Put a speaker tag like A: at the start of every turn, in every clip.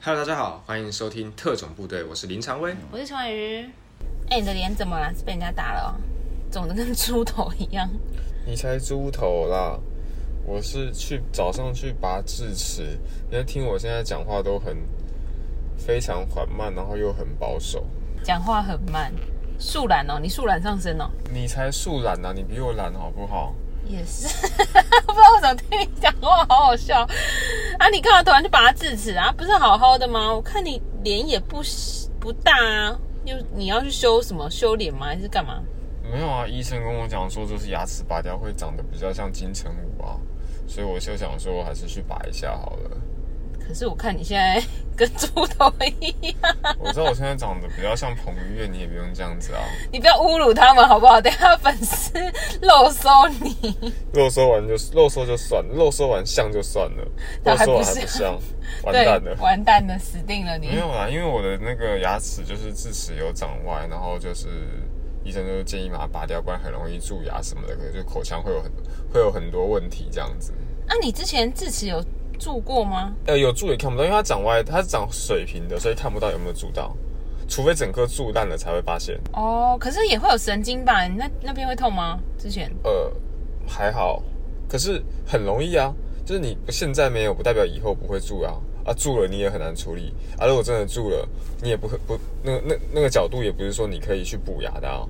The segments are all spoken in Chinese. A: Hello，大家好，欢迎收听特种部队，我是林长威。
B: 我是陈婉瑜，
C: 哎、你的脸怎么了？是被人家打了、哦？肿得跟猪头一样。
D: 你才猪头啦！我是去早上去拔智齿，你在听我现在讲话都很非常缓慢，然后又很保守。
C: 讲话很慢，树懒哦，你树懒上身哦，
D: 你才树懒
A: 啊
D: 呐、你比我懒好不好？
C: 也是， 不知道为什么听你讲话好好笑啊！你干嘛突然就拔智齿啊？不是好好的吗？我看你脸也不不大啊，又你要去修什么修脸吗？还是干嘛？
D: 没有啊，医生跟我讲说，就是牙齿拔掉会长得比较像金城武啊，所以我就想说还是去拔一下好了。
C: 可是我看你现在跟猪头一样，
D: 我知道我现在长得比较像彭于晏，你也不用这样子啊。
C: 你不要侮辱他们好不好？等一下粉丝肉搜你。
D: 肉收完就肉收就算，肉收完像就算了，
C: 那
D: 肉
C: 还
D: 收完
C: 不
D: 还不像
C: 像，
D: 完蛋
C: 对
D: 了。
C: 完蛋了，死定了你。
D: 没有啦，因为我的那个牙齿就是智齿有长歪，然后就是医生就建议把它拔掉，不然很容易蛀牙什么的，可能就口腔会有很会有很多问题这样子。
C: 啊，你之前智齿有蛀过吗？
D: 呃，有蛀也看不到，因为它长歪，它是长水平的，所以看不到有没有蛀到，除非整颗蛀烂了才会发现。
C: 哦，可是也会有神经吧？你那那边会痛吗？之前
D: 呃，还好，可是很容易啊，就是你现在没有，不代表以后不会蛀啊。啊，蛀了你也很难处理啊。如果真的蛀了，你也不不那个那那个角度也不是说你可以去补牙的啊。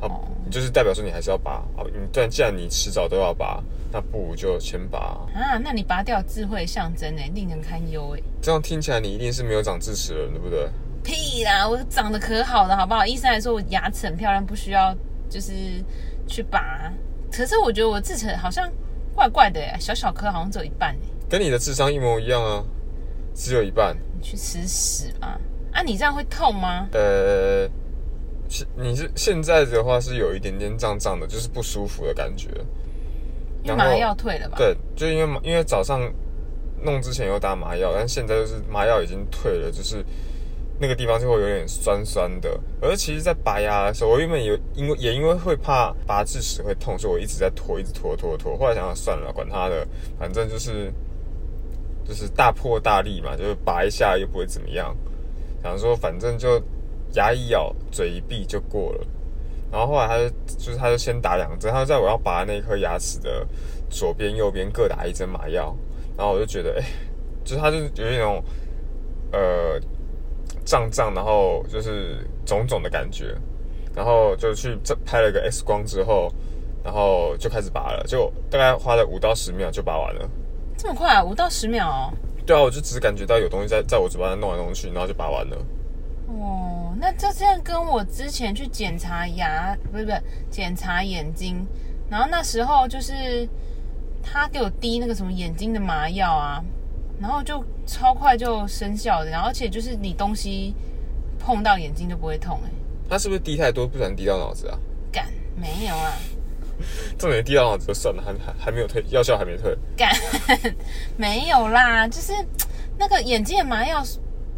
D: 啊，就是代表说你还是要拔啊。你但既然你迟早都要拔，那不如就先拔。
C: 啊，那你拔掉智慧象征哎，令人堪忧哎。
D: 这样听起来你一定是没有长智齿了，对不对？
C: 屁啦，我长得可好了，好不好？医生还说我牙齿很漂亮，不需要就是去拔。可是我觉得我智齿好像怪怪的哎，小小颗好像只有一半哎。
D: 跟你的智商一模一样啊，只有一半。
C: 你去吃屎吗？啊，你这样会痛吗？
D: 呃，是你是现在的话是有一点点胀胀的，就是不舒服的感觉。
C: 因
D: 然
C: 为麻
D: 后
C: 药退了吧？
D: 对，就因为麻因为早上弄之前有打麻药，但现在就是麻药已经退了，就是那个地方就会有点酸酸的。而其实，在拔牙的时候，我原本有因为也因为会怕拔智齿会痛，所以我一直在拖，一直拖拖拖。后来想想算了，管他的，反正就是就是大破大立嘛，就是拔一下又不会怎么样。想说反正就牙一咬，嘴一闭就过了。然后后来他就就是他就先打两针，他就在我要拔那颗牙齿的左边、右边各打一针麻药，然后我就觉得，哎、就是他就是有一种呃胀胀，然后就是肿肿的感觉，然后就去这拍了个 X 光之后，然后就开始拔了，就大概花了五到十秒就拔完了。
C: 这么快、啊，五到十秒哦。
D: 对啊，我就只感觉到有东西在在我嘴巴上弄来弄去，然后就拔完了。
C: 哦，那这这样跟我之前去检查牙，不是不是检查眼睛，然后那时候就是他给我滴那个什么眼睛的麻药啊，然后就超快就生效的，然后而且就是你东西碰到眼睛就不会痛哎、
D: 他是不是滴太多，不小心滴到脑子啊？
C: 干没有啊，
D: 重点滴到脑子就算了，还还还没有退，药效还没退。
C: 干 没有啦，就是那个眼睛的麻药，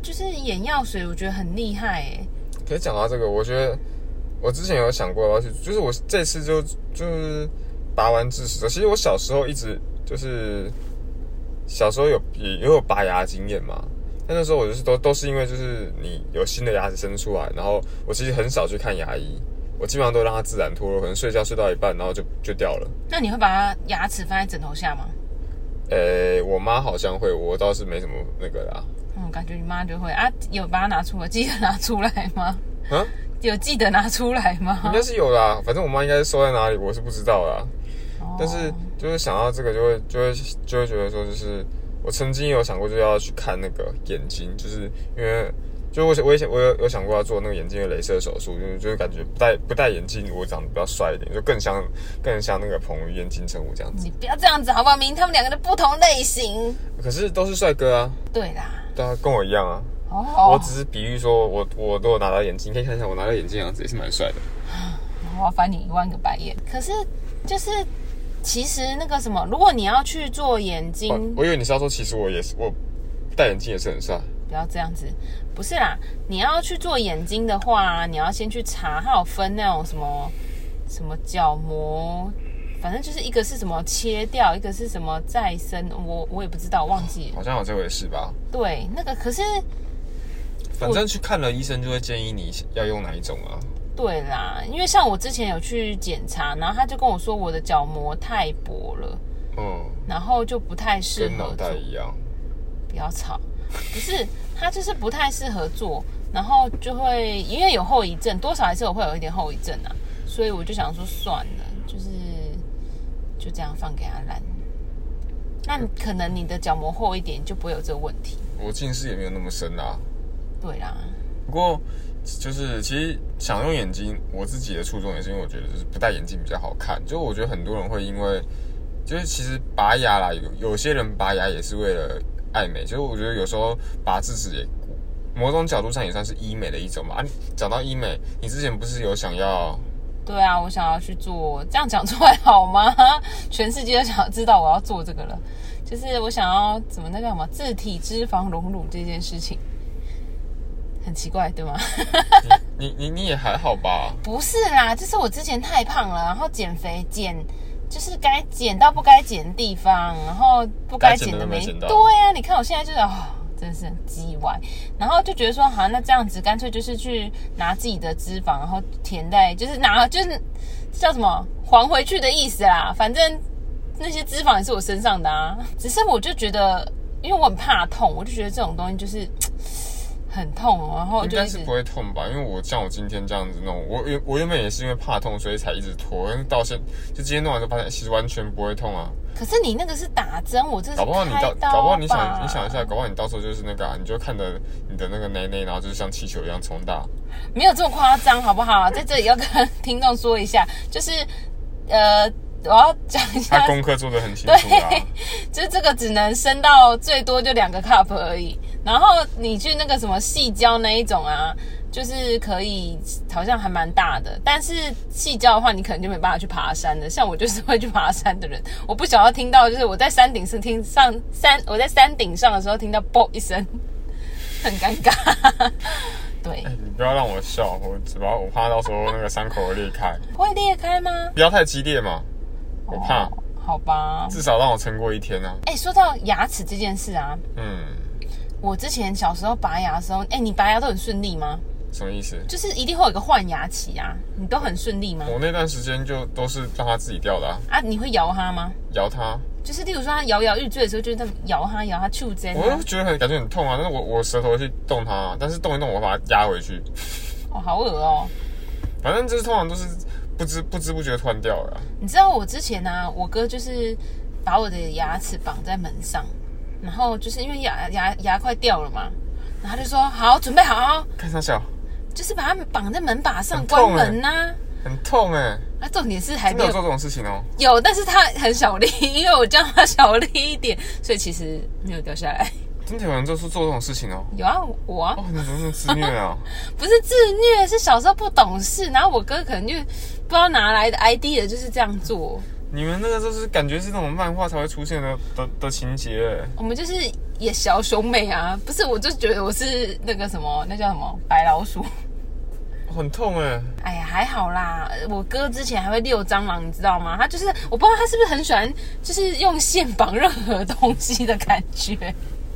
C: 就是眼药水，我觉得很厉害哎、
D: 可是讲到这个，我觉得我之前有想过要不要去，就是我这次就就是拔完智齿之后，其实我小时候一直就是小时候有也也有拔牙经验嘛。但那时候我就是都都是因为就是你有新的牙齿生出来，然后我其实很少去看牙医，我基本上都让它自然脱落，可能睡觉睡到一半，然后就就掉了。
C: 那你会把它牙齿放在枕头下吗？
D: 呃、我妈好像会，我倒是没什么那个啦。
C: 嗯，感觉你妈就会啊，有把它拿出来，记得拿出来吗？
D: 啊，
C: 有记得拿出来
D: 应
C: 吗？
D: 该是有啦，反正我妈应该是收在哪里，我是不知道啦。
C: 哦
D: 但是就是想到这个就，会就会就会觉得说，就是我曾经有想过，就是要去看那个眼睛，就是因为就我想我也想我有有想过要做那个眼睛的镭射手术，就是就是感觉不戴不戴眼镜，我长得比较帅一点，就更像更像那个彭于晏、金城武这样子。
C: 你不要这样子好不好？明明他们两个都不同类型。
D: 可是都是帅哥啊，
C: 对啦，
D: 对啊，跟我一样啊。
C: 哦，
D: 我只是比喻说我，我都有拿到眼镜，你可以看一下我拿到眼镜的样子也是蛮帅的。
C: 我要翻你一万个白眼。可是就是其实那个什么，如果你要去做眼睛，
D: 我我以为你是要说，其实我也是我戴眼镜也是很帅。
C: 不要这样子，不是啦，你要去做眼睛的话，你要先去查，它有分那种什么什么角膜反正就是一个是什么切掉，一个是什么再生，我我也不知道，忘记了。
D: 好像有这回事吧？
C: 对，那个可是
D: 反正去看了医生就会建议你要用哪一种啊。
C: 对啦，因为像我之前有去检查，然后他就跟我说我的角膜太薄了，
D: 嗯，
C: 然后就不太适
D: 跟
C: 合
D: 脑
C: 做
D: 袋。一样。
C: 不要吵，不是他就是不太适合做，然后就会因为有后遗症，多少还是有会有一点后遗症啊，所以我就想说算了，就是就这样放给他烂。那你可能你的角膜厚一点就不会有这个问题，
D: 我近视也没有那么深啊。
C: 对啦，
D: 不过就是其实想用眼睛，我自己的初衷也是因为我觉得就是不戴眼镜比较好看。就我觉得很多人会因为就是其实拔牙啦，有有些人拔牙也是为了爱美，就是我觉得有时候拔智齿也。某种角度上也算是医美的一种嘛。啊，你讲到医美，你之前不是有想要
C: 对啊，我想要去做，这样讲出来好吗？ 全世界都想要知道我要做这个了，就是我想要怎么那叫什么自体脂肪隆乳这件事情，很奇怪对吗？
D: 你你你你也还好吧？
C: 不是啦，就是我之前太胖了，然后减肥减，就是该减到不该减的地方，然后不该减
D: 该
C: 的没。
D: 减的都没减到
C: 对啊，你看我现在就是哦，真是很鸡歪，然后就觉得说，好，那这样子干脆就是去拿自己的脂肪，然后填在，就是拿，就是叫什么还回去的意思啦，反正。那些脂肪也是我身上的啊，只是我就觉得，因为我很怕痛，我就觉得这种东西就是很痛，然后
D: 应
C: 就
D: 该
C: 一
D: 是
C: 直
D: 不会痛吧？因为我像我今天这样子弄，我原我原本也是因为怕痛，所以才一直拖。但是到现就今天弄完之后发现，其实完全不会痛啊。
C: 可是你那个是打针，我这是
D: 搞不好你到
C: 开，刀
D: 搞不好你
C: 吧
D: 想你想一下，，搞不好你到时候就是那个、啊，你就看着你的那个奶奶，然后就是像气球一样冲大。
C: 没有这么夸张，好不好？在这里要跟听众说一下，就是呃，我要讲一
D: 他
C: 下，
D: 功课做得很清楚啊，
C: 就是这个只能升到最多就两个 cup 而已。然后你去那个什么细胶那一种啊，就是可以，好像还蛮大的。但是细胶的话，你可能就没办法去爬山了。像我就是会去爬山的人，我不想要听到，就是我在山顶是听上山，我在山顶上的时候听到啵一声，很尴尬。对，
D: 你不要让我笑，我只怕我怕到时候那个伤口会裂开，
C: 会裂开吗？
D: 不要太激烈嘛，我怕，
C: 好吧。
D: 至少让我撑过一天啊。
C: 哎、说到牙齿这件事啊，
D: 嗯，
C: 我之前小时候拔牙的时候，哎、你拔牙都很顺利吗？
D: 什么意思？
C: 就是一定会有一个换牙期啊，你都很顺利吗？
D: 我那段时间就都是让它自己掉的、啊，
C: 啊，你会摇它吗？
D: 摇啊它，
C: 就是例如说它摇摇欲坠的时候，就在摇它摇它触针
D: 我
C: 啊
D: 就，觉得很感觉很痛啊，但是我我舌头会去动它，啊但是动一动我把它压回去，
C: 哦，好恶哦、
D: 反正就是通常都是不知不知不觉突然掉了啊、
C: 你知道我之前呢、啊，我哥就是把我的牙齿绑在门上，然后就是因为牙牙牙快掉了嘛，然后他就说好准备好，
D: 看上小，
C: 就是把它绑在门把上
D: 很
C: 关
D: 痛欸
C: 门呐、啊。
D: 很痛哎、
C: 那、重点是还
D: 真
C: 没
D: 的有
C: 有
D: 做这种事情哦、
C: 有，但是他很小力，因为我叫他小力一点，所以其实没有掉下来。
D: 真的有人就是做这种事情哦、
C: 有啊，我啊
D: 哦，你怎么那么自虐啊？
C: 不是自虐，是小时候不懂事，然后我哥可能就不知道哪来的 idea，就是这样做。
D: 你们那个就是感觉是那种漫画才会出现的的的情节、欸，
C: 我们就是也小熊妹啊，不是，我就觉得我是那个什么，那叫什么白老鼠。
D: 很痛哎、
C: 哎呀，还好啦，我哥之前还会遛蟑螂，你知道吗？他就是我不知道他是不是很喜欢，就是用线绑任何东西的感觉。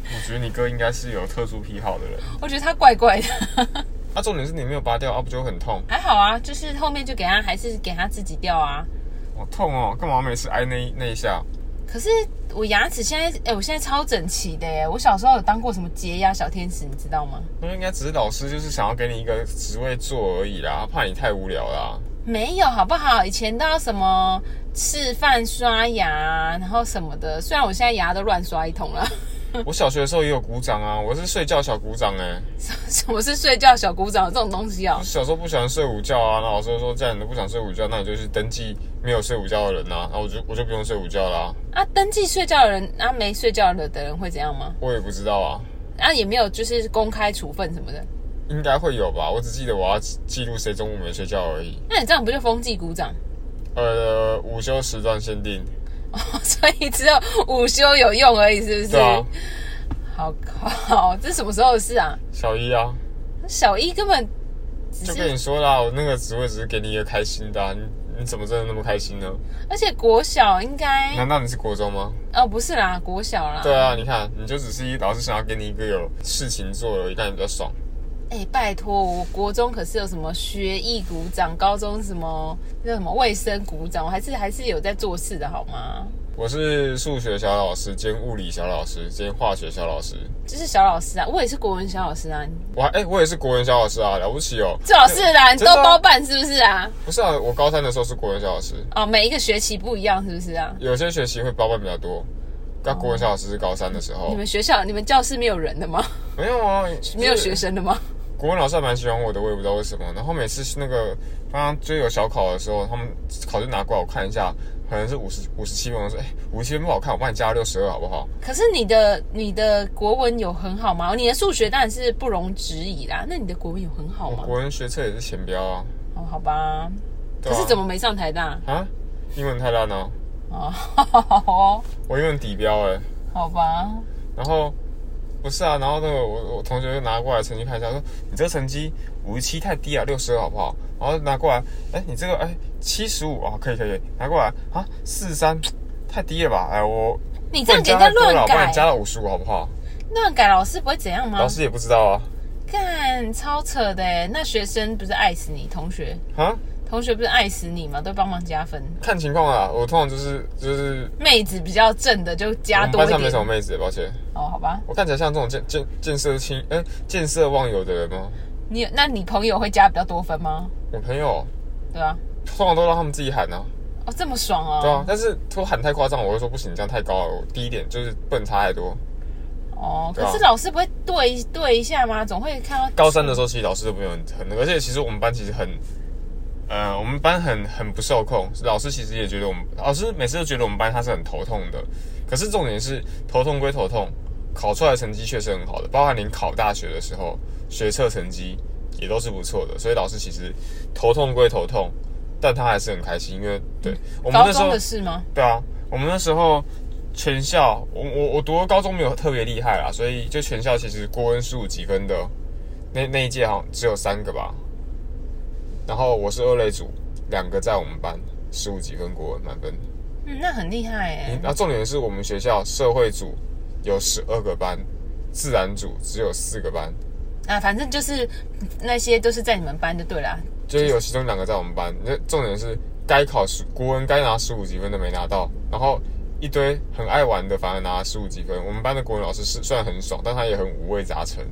D: 我觉得你哥应该是有特殊癖好的人。
C: 我觉得他怪怪的。
D: 啊，重点是你没有拔掉啊，不就很痛？
C: 还好啊，就是后面就给他，还是给他自己掉啊。
D: 好痛哦、干嘛每次挨那一那一下？
C: 可是我牙齿现在，哎、我现在超整齐的耶！我小时候有当过什么洁牙小天使，你知道吗？
D: 那应该只是老师就是想要给你一个职位做而已啦，怕你太无聊啦。
C: 没有，好不好？以前都要什么示范刷牙，然后什么的。虽然我现在牙都乱刷一通了，
D: 我小学的时候也有鼓掌啊，我是睡觉小鼓掌哎、
C: 我是睡觉小鼓掌有这种东西哦
D: 我。小时候不喜欢睡午觉啊，那老师就说既然你都不想睡午觉，那你就去登记没有睡午觉的人呐、啊，那我就我就不用睡午觉啦。
C: 啊，登记睡觉的人，啊没睡觉的的人会怎样吗？
D: 我也不知道啊，
C: 啊也没有就是公开处分什么的。
D: 应该会有吧，我只记得我要记录谁中午没睡觉而已。
C: 那你这样不就风纪鼓掌？
D: 呃，午休时段限定，
C: 所以只有午休有用而已，是不是？
D: 对啊，
C: 好靠，这什么时候的事啊？
D: 小一啊，
C: 小一根本只
D: 就跟
C: 是
D: 你说啦，我那个职位只是给你一个开心的、啊，你你怎么真的那么开心呢？
C: 而且国小应该
D: 难道你是国中吗？
C: 哦不是啦，国小啦。
D: 对啊，你看，你就只是一老师想要给你一个有事情做而已，让你比较爽。
C: 哎、拜托，我国中可是有什么学艺鼓掌，高中什么那什么卫生鼓掌，我还是还是有在做事的好吗？
D: 我是数学小老师兼物理小老师兼化学小老师，
C: 就是小老师啊，我也是国文小老师啊，你
D: 我还哎、我也是国文小老师啊，了不起哦！
C: 最好是啦，你
D: 真
C: 都
D: 的啊
C: 包办是不是啊？
D: 不是啊，我高三的时候是国文小老师，
C: 哦，每一个学期不一样是不是啊？
D: 有些学期会包办比较多。但国文小老师是高三的时候
C: 哦你，们学校你们教室没有人的吗？
D: 没有啊，
C: 没有
D: 哦就是
C: 学生的吗？
D: 国文老师还蛮喜欢我的，我也不知道为什么。然后每次那个帮他追有小考的时候，他们考卷拿过来我看一下，可能是五十五十七分，我说哎，五十七分不好看，我帮你加六十二好不好？
C: 可是你的你的国文有很好吗？你的数学当然是不容置疑啦。那你的国文有很好
D: 我
C: 吗？
D: 国文学测也是前标啊，
C: 哦，好吧。
D: 对
C: 可
D: 啊
C: 是怎么没上台大？
D: 啊？英文太烂了，
C: 哦，好
D: 我英文底标哎、
C: 哦吧。
D: 然后不是啊，然后那个我我同学就拿过来成绩看一下，说你这个成绩五十七太低啊，六十二好不好？然后拿过来，哎，你这个哎七十五啊，可以可以可以，拿过来啊四十三太低了吧？哎，我
C: 你这样给人
D: 加
C: 家
D: 太多了，
C: 乱
D: 我帮你加
C: 改，嗯
D: 到五十五好不好？
C: 乱改老师不会怎样吗
D: 老？师也不知道啊，
C: 干，超扯的哎！那学生不是爱死你，同学
D: 啊，
C: 同学不是爱死你吗？都帮忙加分。
D: 看情况啊，我通常就是就是。
C: 妹子比较正的就
D: 我
C: 加
D: 们
C: 多
D: 班
C: 一
D: 上没
C: 点
D: 什。么妹子，欸抱歉。
C: 哦，好吧，
D: 我看起来像这种见见见色轻哎、见色忘友的人吗？
C: 你那你朋友会加比较多分吗？
D: 我朋友
C: 对吧、
D: 通常都让他们自己喊啊。
C: 哦，这么爽哦。
D: 对啊，但是他喊太夸张，我会说不行，你这样太高了。我第一点就是不能差太多。
C: 哦，
D: 对啊
C: 可是老师不会对对一下吗？总会看到
D: 高三的时候，其实老师都没有很很那个，而且其实我们班其实很，呃，我们班很很不受控，老师其实也觉得我们，老师每次都觉得我们班他是很头痛的。可是重点是头痛归头痛，考出来的成绩确实很好的，包含连考大学的时候学测成绩也都是不错的，所以老师其实头痛归头痛，但他还是很开心，因为对我们
C: 高
D: 那时
C: 中
D: 候
C: 的事吗？
D: 对啊，我们那时候全校，我我我读的高中没有特别厉害啦，所以就全校其实国文十五几分的那那一届好像只有三个吧。然后我是二类组，两个在我们班十五几分国文满分。
C: 嗯，那很厉害哎。
D: 那重点是我们学校社会组有十二个班，自然组只有四个班，
C: 啊，反正就是那些都是在你们班就对啊啦。
D: 就是有其中两个在我们班。那重点是该考十国文该拿十五几分的没拿到，然后一堆很爱玩的反而拿了十五几分。我们班的国文老师是虽然很爽，但他也很五味杂陈，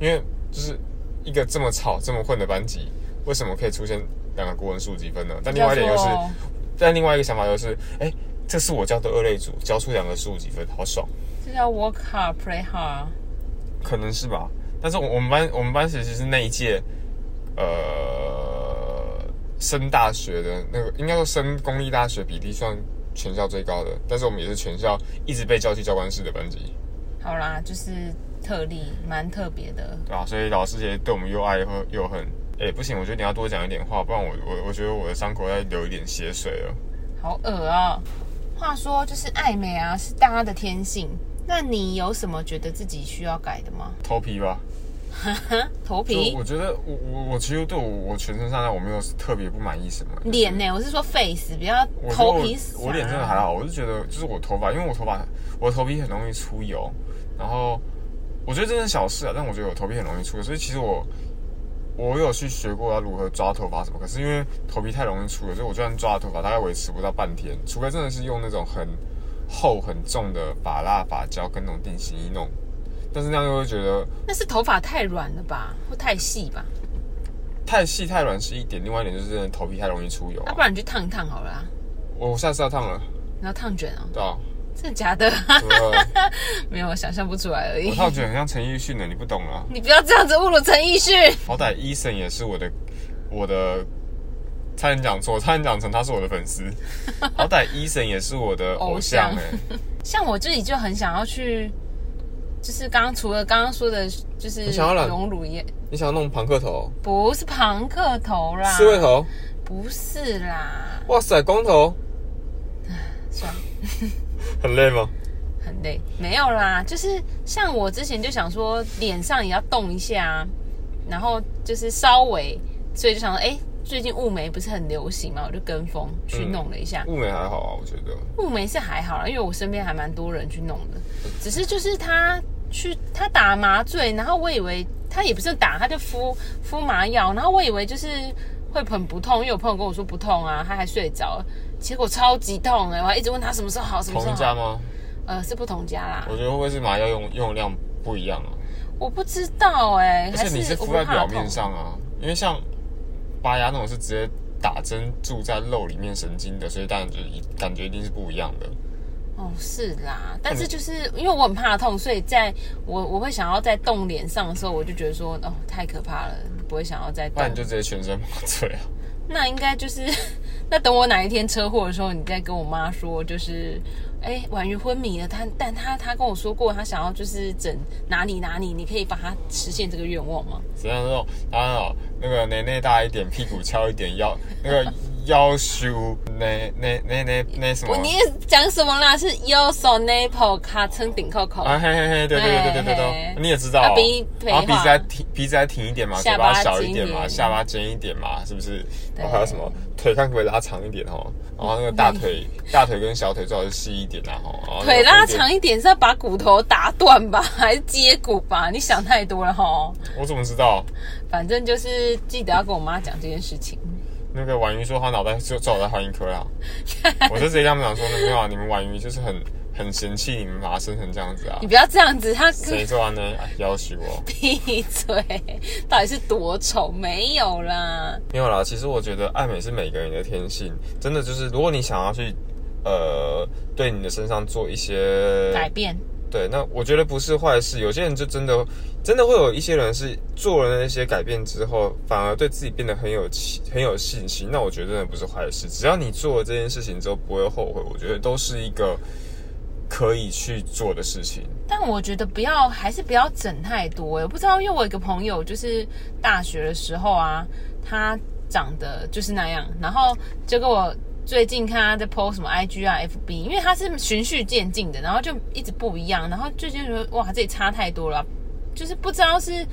D: 因为就是一个这么吵这么混的班级，为什么可以出现两个国文十五几分呢？但另外一点就是，
C: 叫做
D: 但另外一个想法就是，哎、这是我教的二类组，教出两个十五几分，好爽。
C: 这叫 work hard, play hard。
D: 可能是吧。但是我我们班我们班其实是那一届，呃，升大学的那个，应该说升公立大学比例算全校最高的，但是我们也是全校一直被叫去教官室的班级，
C: 好啦，就是特例，蛮特别的。
D: 对吧、所以老师也对我们又爱又又恨。哎、不行，我觉得你要多讲一点话，不然我我我觉得我的伤口要流一点血水了。
C: 好恶啊、话说，就是爱美啊，是大家的天性。那你有什么觉得自己需要改的吗？
D: 头皮吧，
C: 头
D: 就
C: 皮
D: 我、觉得我我我其实对我我全身上下我没有特别不满意什么。
C: 脸呢、我是说 face，不要
D: 我觉得我
C: 头皮死啊、
D: 我脸真的还好，我是觉得就是我头发，因为我头发我的头皮很容易出油，然后我觉得这是小事啊，但我觉得我头皮很容易出油，所以其实我我有去学过要如何抓头发什么，可是因为头皮太容易出油，所以我就算抓头发大概维持不到半天，除非真的是用那种很厚很重的发蜡发胶跟那种定型衣弄，但是那样又会觉得
C: 那是头发太软了吧，或太细吧？
D: 哦太细太软是一点，另外一点就是真的头皮太容易出油、啊
C: 要、不。然你去烫一烫好了啊、
D: 我下次要烫了，
C: 你要烫卷哦，
D: 对啊，
C: 真的假的？
D: 对不对
C: 没有，我想象不出来而已
D: 我。烫卷很像陈奕迅的，你不懂啊。
C: 你不要这样子侮辱陈奕迅。
D: 好歹 Eason 也是我的，我的，差点讲错，差点讲成他是我的粉 丝。好歹 Eason 也是我的偶像
C: 偶
D: 哎、
C: 像我自己就很想要去，就是刚刚除了刚刚说的，就是
D: 你想要染
C: 荣辱也
D: 你想要弄朋克头、
C: 不是庞克头啦，
D: 刺猬头？
C: 不是啦，
D: 哇塞，光头，
C: 算了
D: 很累吗？
C: 很累，没有啦，就是像我之前就想说脸上也要动一下啊，然后就是稍微，所以就想说，哎、最近雾眉不是很流行嘛，我就跟风去弄了一下。
D: 雾眉还好啊，我觉得。
C: 雾眉是还好啦，因为我身边还蛮多人去弄的，只是就是他去他打麻醉，然后我以为他也不是打，他就敷敷麻药，然后我以为就是会很不痛，因为我朋友跟我说不痛啊，他还睡着了，结果超级痛哎、我还一直问他什么时候好，什么时
D: 同
C: 候
D: 家
C: 好，
D: 吗？
C: 呃，是不同家啦
D: 我，觉得会不会是麻药用用量不一样啊？
C: 我不知道哎、
D: 而
C: 还
D: 且你是
C: 我
D: 敷
C: 不
D: 在
C: 怕
D: 表
C: 痛
D: 面。上啊，因为像拔牙那种是直接打针注在肉里面神经的，所以当然就一感觉一定是不一样的。
C: 哦，是啦，但是就是因为我很怕痛，所以在我我会想要在动脸上的时候，我就觉得说，哦，太可怕了，不会想要再
D: 不
C: 动
D: 然你。就直接全身麻醉啊。
C: 那应该就是， 那等我哪一天车祸的时候，你再跟我妈说，就是，哎，婉瑜昏迷了，她但她她跟我说过，她想要就是整哪里哪里，你可以帮她实现这个愿望吗？
D: 怎样那种？当然哦，那个奶奶大一点，屁股翘一点，腰那个腰修奶奶奶奶那什么
C: 我？你讲什么啦？是右手 naple 卡撑顶扣扣，
D: 啊嘿嘿嘿，对对对对对对
C: 嘿
D: 对，
C: 嘿
D: 你也知道、
C: 啊
D: 哦，
C: 鼻
D: 然后
C: 废
D: 鼻
C: 话
D: 子再挺，鼻子再挺一点嘛，
C: 下
D: 嘴
C: 巴
D: 巴小
C: 尖
D: 一点
C: 一
D: 嘛，
C: 点
D: 下巴尖一点嘛，是不是？然后
C: 对
D: 还有什么腿看可不可以拉长一点哦，然后那个大 腿大腿跟小腿最好是细一点啦吼，然后那个
C: 腿拉
D: 中间
C: 长一点是要把骨头打断吧， 还是接骨吧？你想太多了哈。
D: 我怎么知道？
C: 反正就是记得要跟我妈讲这件事情。
D: 那个婉瑜说她脑袋就最好在换一颗 啦，啊我就直接跟他们讲说，没有啊，你们婉瑜就是很很嫌弃你们把她生成这样子啊
C: 你，不要这样子，她
D: 谁做完呢？哎要求我。
C: 闭嘴，到底是多丑？没有啦，
D: 没有啦，其实我觉得爱美是每个人的天性，真的就是如果你想要去，呃，对你的身上做一些
C: 改变。
D: 对，那我觉得不是坏事。有些人就真的真的会有一些人是做了那些改变之后，反而对自己变得很有气很有信心。那我觉得真的不是坏事，只要你做了这件事情之后不会后悔，我觉得都是一个可以去做的事情。
C: 但我觉得不要，还是不要整太多、欸。我不知道，因为我有一个朋友，就是大学的时候啊，他长得就是那样，然后结果我最近看他在 PO 什么 IG 啊、FB，因为他是循序渐进的，然后就一直不一样，然后最近觉得哇，这也差太多了，啊就是不知道是。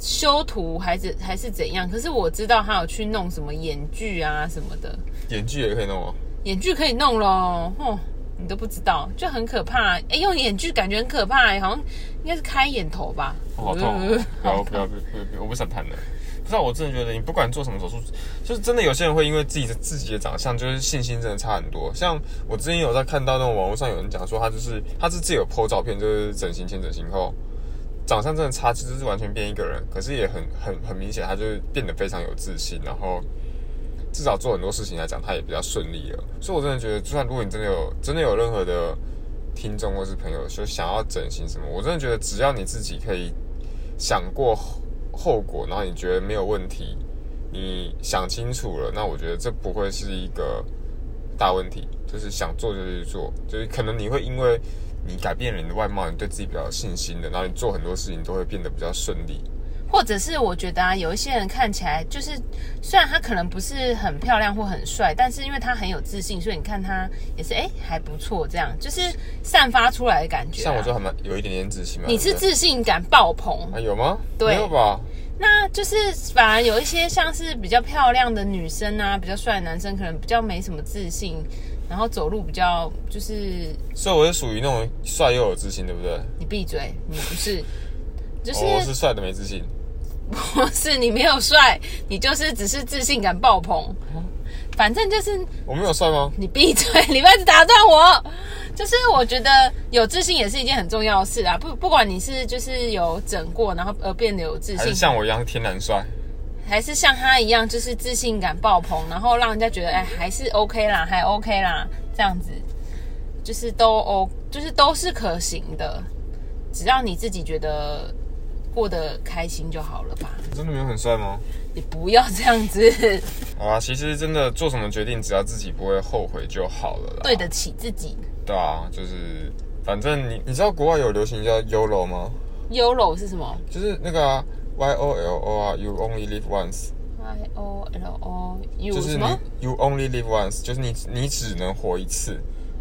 C: 修图还是还是怎样？可是我知道他有去弄什么眼距啊什么的，
D: 演剧也可以弄哦。
C: 眼距可以弄咯，哦，你都不知道，就很可怕。哎，用眼距感觉很可怕，欸好像应该是开眼头吧？
D: 我好痛哦！不要不要不要不要不要！我不想谈了。不知道，我真的觉得你不管做什么手术，就是真的有些人会因为自己的自己的长相，就是信心真的差很多。像我之前有在看到那种网络上有人讲说，他就是他是自己有 PO 照片，就是整形前整形后，长相真的差，就是完全变一个人。可是也很很很明显，他就是变得非常有自信，然后至少做很多事情来讲，他也比较顺利了。所以我真的觉得，就算如果你真的有真的有任何的听众或是朋友说想要整形什么，我真的觉得只要你自己可以想过后后果，然后你觉得没有问题，你想清楚了，那我觉得这不会是一个大问题。就是想做就去做，就是可能你会因为你改变了你的外貌，你对自己比较有信心的，然后你做很多事情都会变得比较顺利。
C: 或者是我觉得啊，有一些人看起来就是，虽然他可能不是很漂亮或很帅，但是因为他很有自信，所以你看他也是哎、诶还不错，这样就是散发出来的感觉啊、
D: 像我就还蛮有一点点自信嘛。啊
C: 你是
D: 对不对
C: 自信感爆棚，
D: 啊有吗？
C: 对
D: 没有吧？
C: 那就是反而有一些像是比较漂亮的女生啊，比较帅的男生，可能比较没什么自信，然后走路比较就是
D: 所以我是属于那种帅又有自信，对不对？
C: 你闭嘴，你 不是，就是
D: 哦我是帅的没自信。
C: 不是你没有帅，你就是只是自信感爆棚。
D: 哦
C: 反正就是
D: 我没有帅吗？
C: 你闭嘴，你不要一直打断我。就是我觉得有自信也是一件很重要的事啊，不不管你是就是有整过，然后而变得有自
D: 还
C: 信
D: 是，像我一样天然帅？
C: 还是像他一样就是自信感爆棚，然后让人家觉得哎还是 OK 啦，还 OK 啦，这样子就是都 O 就是都是可行的，只要你自己觉得过得开心就好了吧。
D: 真的没有很帅吗？
C: 你不要这样子，
D: 好啦，其实真的做什么决定，只要自己不会后悔就好了啦。
C: 对，得起自己。
D: 对啊，就是反正你你知道国外有流行叫 YOLO 吗？
C: YOLO 是什么
D: 就是那个、啊、Y O L O 啊，You only live once，
C: ？Y O L O U
D: 就是
C: 什
D: 你
C: 么？
D: You only live once，就是你你只能活一次。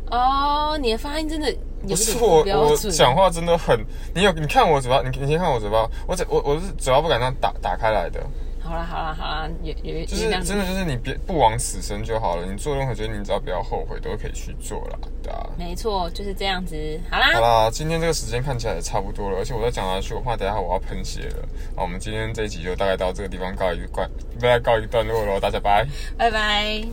C: 哦，你的发音真的有
D: 不是
C: 点
D: 我
C: 不标
D: 我
C: 准。
D: 讲话真的很，你有你看我嘴巴，你你先看我嘴巴，我嘴我我是嘴巴不敢这样打打开来的，
C: 好啦好啦好啦，也也
D: 就
C: 也
D: 是
C: 这样
D: 真的就是你别不枉此生就好了，你做任何决定，你只要不要后悔，都可以去做啦，对啊。
C: 没错，就是这样子。好啦，
D: 好啦，今天这个时间看起来也差不多了，而且我再讲下去，我怕等一下我要喷血了。好，我们今天这一集就大概到这个地方告一段，不要告一段落喽，大家拜。
C: 拜拜。